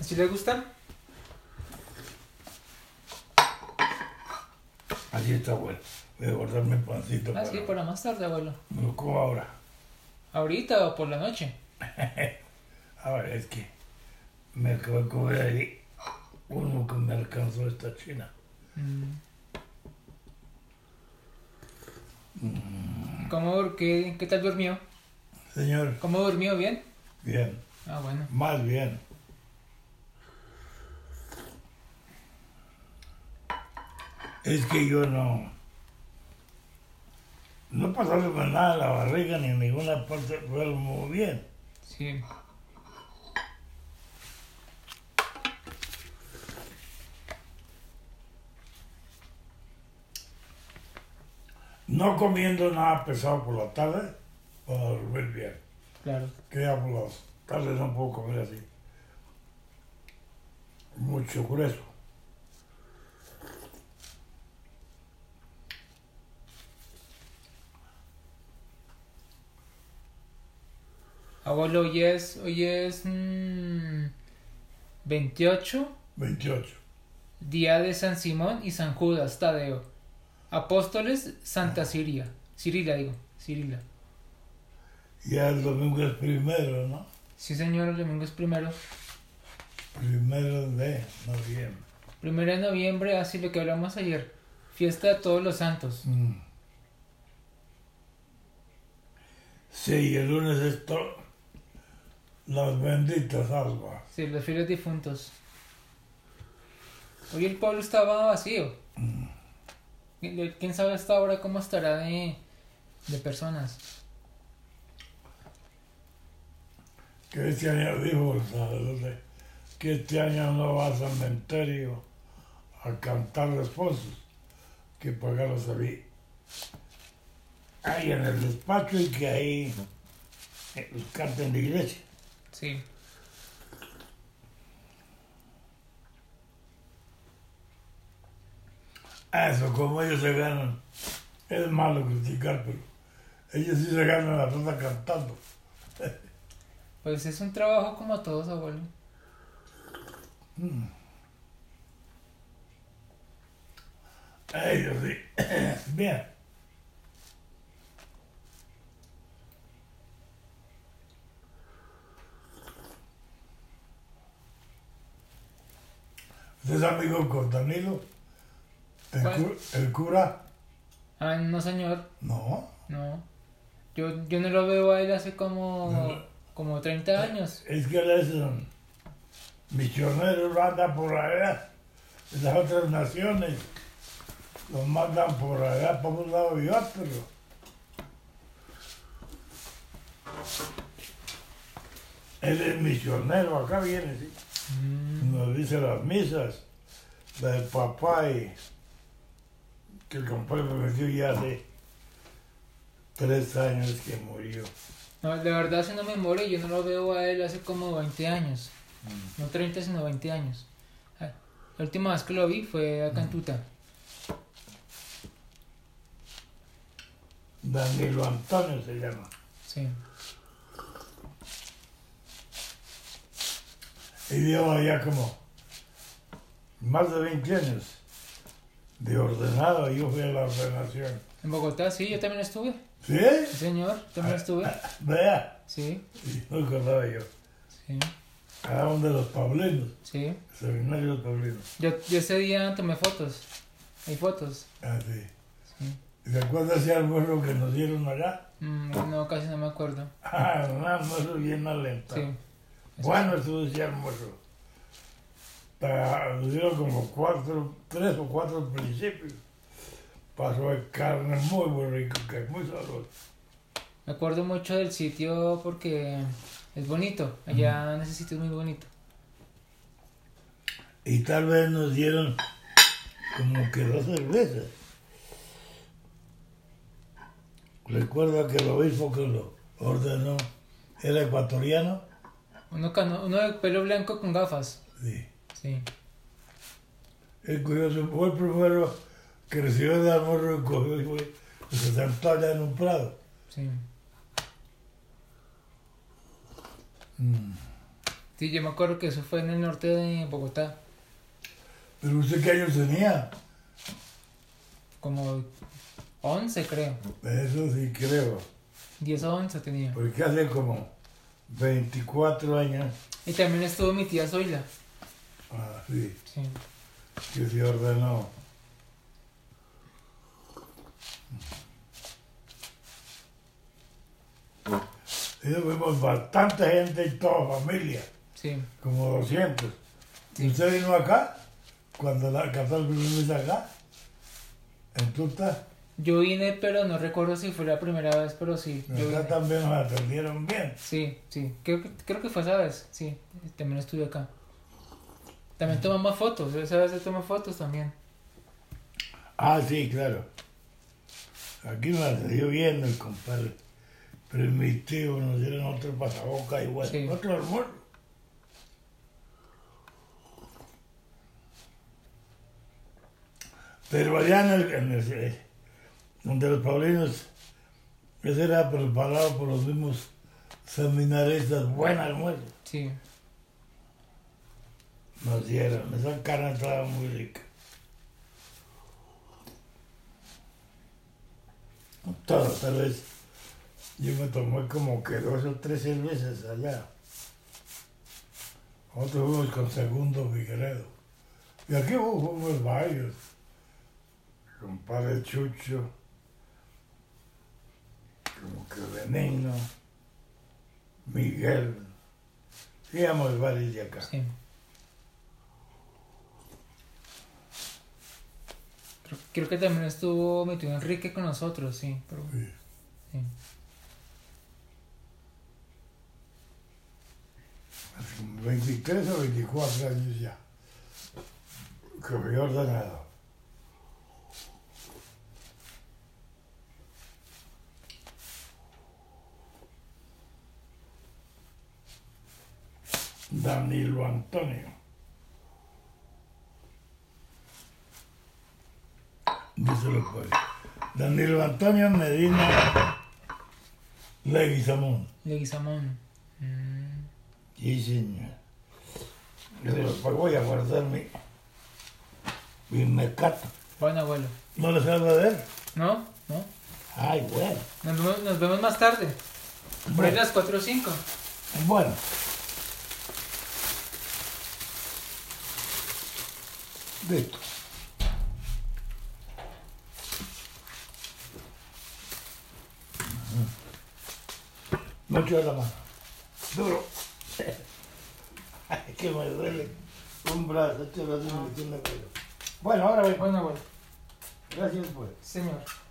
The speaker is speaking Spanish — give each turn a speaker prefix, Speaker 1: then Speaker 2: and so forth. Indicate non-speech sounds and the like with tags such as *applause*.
Speaker 1: ¿Sí le gusta?
Speaker 2: Así está bueno. Voy a guardarme el pancito.
Speaker 1: Ah, sí,
Speaker 2: para-
Speaker 1: para más tarde, abuelo.
Speaker 2: Me lo como ahora.
Speaker 1: ¿Ahorita o por la noche?
Speaker 2: Ahora es que me acabo de comer ahí uno que me alcanzó esta china.
Speaker 1: ¿Cómo, dur- qué, qué tal durmió?
Speaker 2: Señor,
Speaker 1: ¿Cómo durmió? ¿Bien?
Speaker 2: bien,
Speaker 1: Ah, bueno.
Speaker 2: más bien. Es que yo no. No pasaba nada en la barriga ni en ninguna parte, pero muy bien.
Speaker 1: Sí.
Speaker 2: No comiendo nada pesado por la tarde para dormir bien.
Speaker 1: Claro.
Speaker 2: que ya por las tardes no puedo comer así. Mucho grueso.
Speaker 1: Abuelo, hoy es... Hoy es... mm, 28,
Speaker 2: 28.
Speaker 1: día de San Simón y San Judas Tadeo. Apóstoles, Santa Siria. Cirila, digo. Cirila.
Speaker 2: Ya el domingo es primero, ¿no?
Speaker 1: Sí, señor, el domingo es primero.
Speaker 2: Primero de noviembre.
Speaker 1: Primero de noviembre, así lo que hablamos ayer. Fiesta de todos los santos.
Speaker 2: Mm. Sí, y el lunes es to- las benditas almas.
Speaker 1: Sí, los fieles difuntos. Hoy el pueblo estaba vacío. ¿Qui- ¿Quién sabe hasta ahora cómo estará de, de personas?
Speaker 2: Que este año dijo el sacerdote que este año no va al cementerio a cantar esposos, que pagarlos a mí. Ahí en el despacho y que ahí eh, los canten de iglesia.
Speaker 1: Sí.
Speaker 2: Ah, Eso, como ellos se ganan, es malo criticar, pero ellos sí se ganan la plata cantando.
Speaker 1: Pues es un trabajo como todos, abuelo.
Speaker 2: Ellos sí. *coughs* Bien. ¿Usted es amigo con Danilo? ¿El,
Speaker 1: ¿Cuál?
Speaker 2: cu- el cura?
Speaker 1: Ah, no, señor.
Speaker 2: No.
Speaker 1: No. Yo, yo no lo veo a él hace como, como 30 años.
Speaker 2: Es que él es un misionero, lo anda por allá. En las otras naciones los mandan por allá, por un lado y otro. Él es misionero, acá viene, sí.
Speaker 1: Mm,
Speaker 2: Nos dice las misas, la del papá y que el compadre me metió ya hace tres años que murió.
Speaker 1: No, la verdad, haciendo memoria, yo no lo veo a él hace como 20 años. No 30, sino 20 años. Ah, La última vez que lo vi fue acá en Tuta.
Speaker 2: Danilo Antonio se llama.
Speaker 1: Sí.
Speaker 2: Y lleva ya como más de 20 años de ordenado. Yo fui a la ordenación.
Speaker 1: En Bogotá, sí, yo también estuve.
Speaker 2: ¿Sí?
Speaker 1: Sí, señor, también estuve.
Speaker 2: Vea.
Speaker 1: Sí,
Speaker 2: Y no acordaba yo.
Speaker 1: sí,
Speaker 2: Cada uno de los paulinos,
Speaker 1: sí.
Speaker 2: el seminario de los paulinos.
Speaker 1: Yo, yo ese día tomé fotos. Hay fotos.
Speaker 2: Así.
Speaker 1: Sí.
Speaker 2: Ah, ¿Se acuerda ese almuerzo que nos dieron allá? *laughs*
Speaker 1: Mm, no, casi no me acuerdo.
Speaker 2: Ah, un almuerzo bien
Speaker 1: Sí.
Speaker 2: alentado. Bueno, estuvo ese almuerzo. Ta- Nos dieron como cuatro, tres o cuatro principios. Pasó de carne muy, muy rico, que es muy sabroso.
Speaker 1: Me acuerdo mucho del sitio porque es bonito. Allá en ese sitio es muy bonito.
Speaker 2: Y tal vez nos dieron como que dos cervezas. Recuerda que el obispo que lo ordenó era ecuatoriano.
Speaker 1: Uno, cano- uno de pelo blanco con gafas.
Speaker 2: Sí.
Speaker 1: Sí.
Speaker 2: El curioso fue el primero que recibió de amor pues, y cogió y fue, y se sentó allá en un prado. Mm.
Speaker 1: Sí. Sí, yo me acuerdo que eso fue en el norte de Bogotá,
Speaker 2: Pero usted qué años tenía.
Speaker 1: como 11 creo,
Speaker 2: Eso sí creo.
Speaker 1: 10 o 11 tenía.
Speaker 2: Porque hace como 24 años
Speaker 1: Y también estuvo mi tía Zoila.
Speaker 2: ah, sí,
Speaker 1: Sí.
Speaker 2: que se ordenó. Y fuimos bastante gente y toda familia,
Speaker 1: Sí,
Speaker 2: como 200.
Speaker 1: Sí.
Speaker 2: ¿Usted vino acá? Cuando la Catalpa vino acá, en Tuta,
Speaker 1: yo vine, pero no recuerdo si fue la primera vez, pero sí, yo vine.
Speaker 2: acá también nos atendieron bien.
Speaker 1: Sí, sí, creo que, creo que fue esa vez, sí, también estuve acá. También tomamos fotos, esa vez se tomó fotos también.
Speaker 2: Ah, sí, claro. Aquí me la siguió viendo el compadre. Pero mis tíos nos dieron otro pasaboca igual.
Speaker 1: Sí.
Speaker 2: Otro almuerzo. Pero allá en el, en el- eh, donde los paulinos, ese era preparado por los mismos seminaristas, buen almuerzo.
Speaker 1: Sí,
Speaker 2: Nos dieron, esa carne estaba muy rica. Todo, tal vez. Yo me tomé como que dos o tres cervezas allá. Nosotros fuimos con Segundo Figueredo. Y aquí fu- fuimos varios. Compadre Chucho. Como que Benigno. Miguel. Íbamos varios de acá.
Speaker 1: sí. Creo, creo que también estuvo mi tío Enrique con nosotros, sí, pero
Speaker 2: Sí.
Speaker 1: sí.
Speaker 2: Hace como 23 o 24 años ya, que fui ordenado. Danilo Antonio. Díselo pues. Danilo Antonio Medina Leguizamón.
Speaker 1: Leguizamón. Mm,
Speaker 2: Sí, señor. Yo digo, pues voy a guardar mi, mi mecato.
Speaker 1: buen abuelo.
Speaker 2: ¿No les habla de él?
Speaker 1: ¿No? ¿No?
Speaker 2: Ay, bueno.
Speaker 1: Nos vemos, nos vemos más tarde. Por ahí
Speaker 2: Bueno,
Speaker 1: las 4 o 5.
Speaker 2: bueno. Listo. Ajá. Mucho de la mano. Duro. *laughs* Ay, que me duele. Un brazo, este brazo me tiene pelo. Bueno, ahora vengo.
Speaker 1: Buen abuelo.
Speaker 2: Gracias, pues.
Speaker 1: Señor.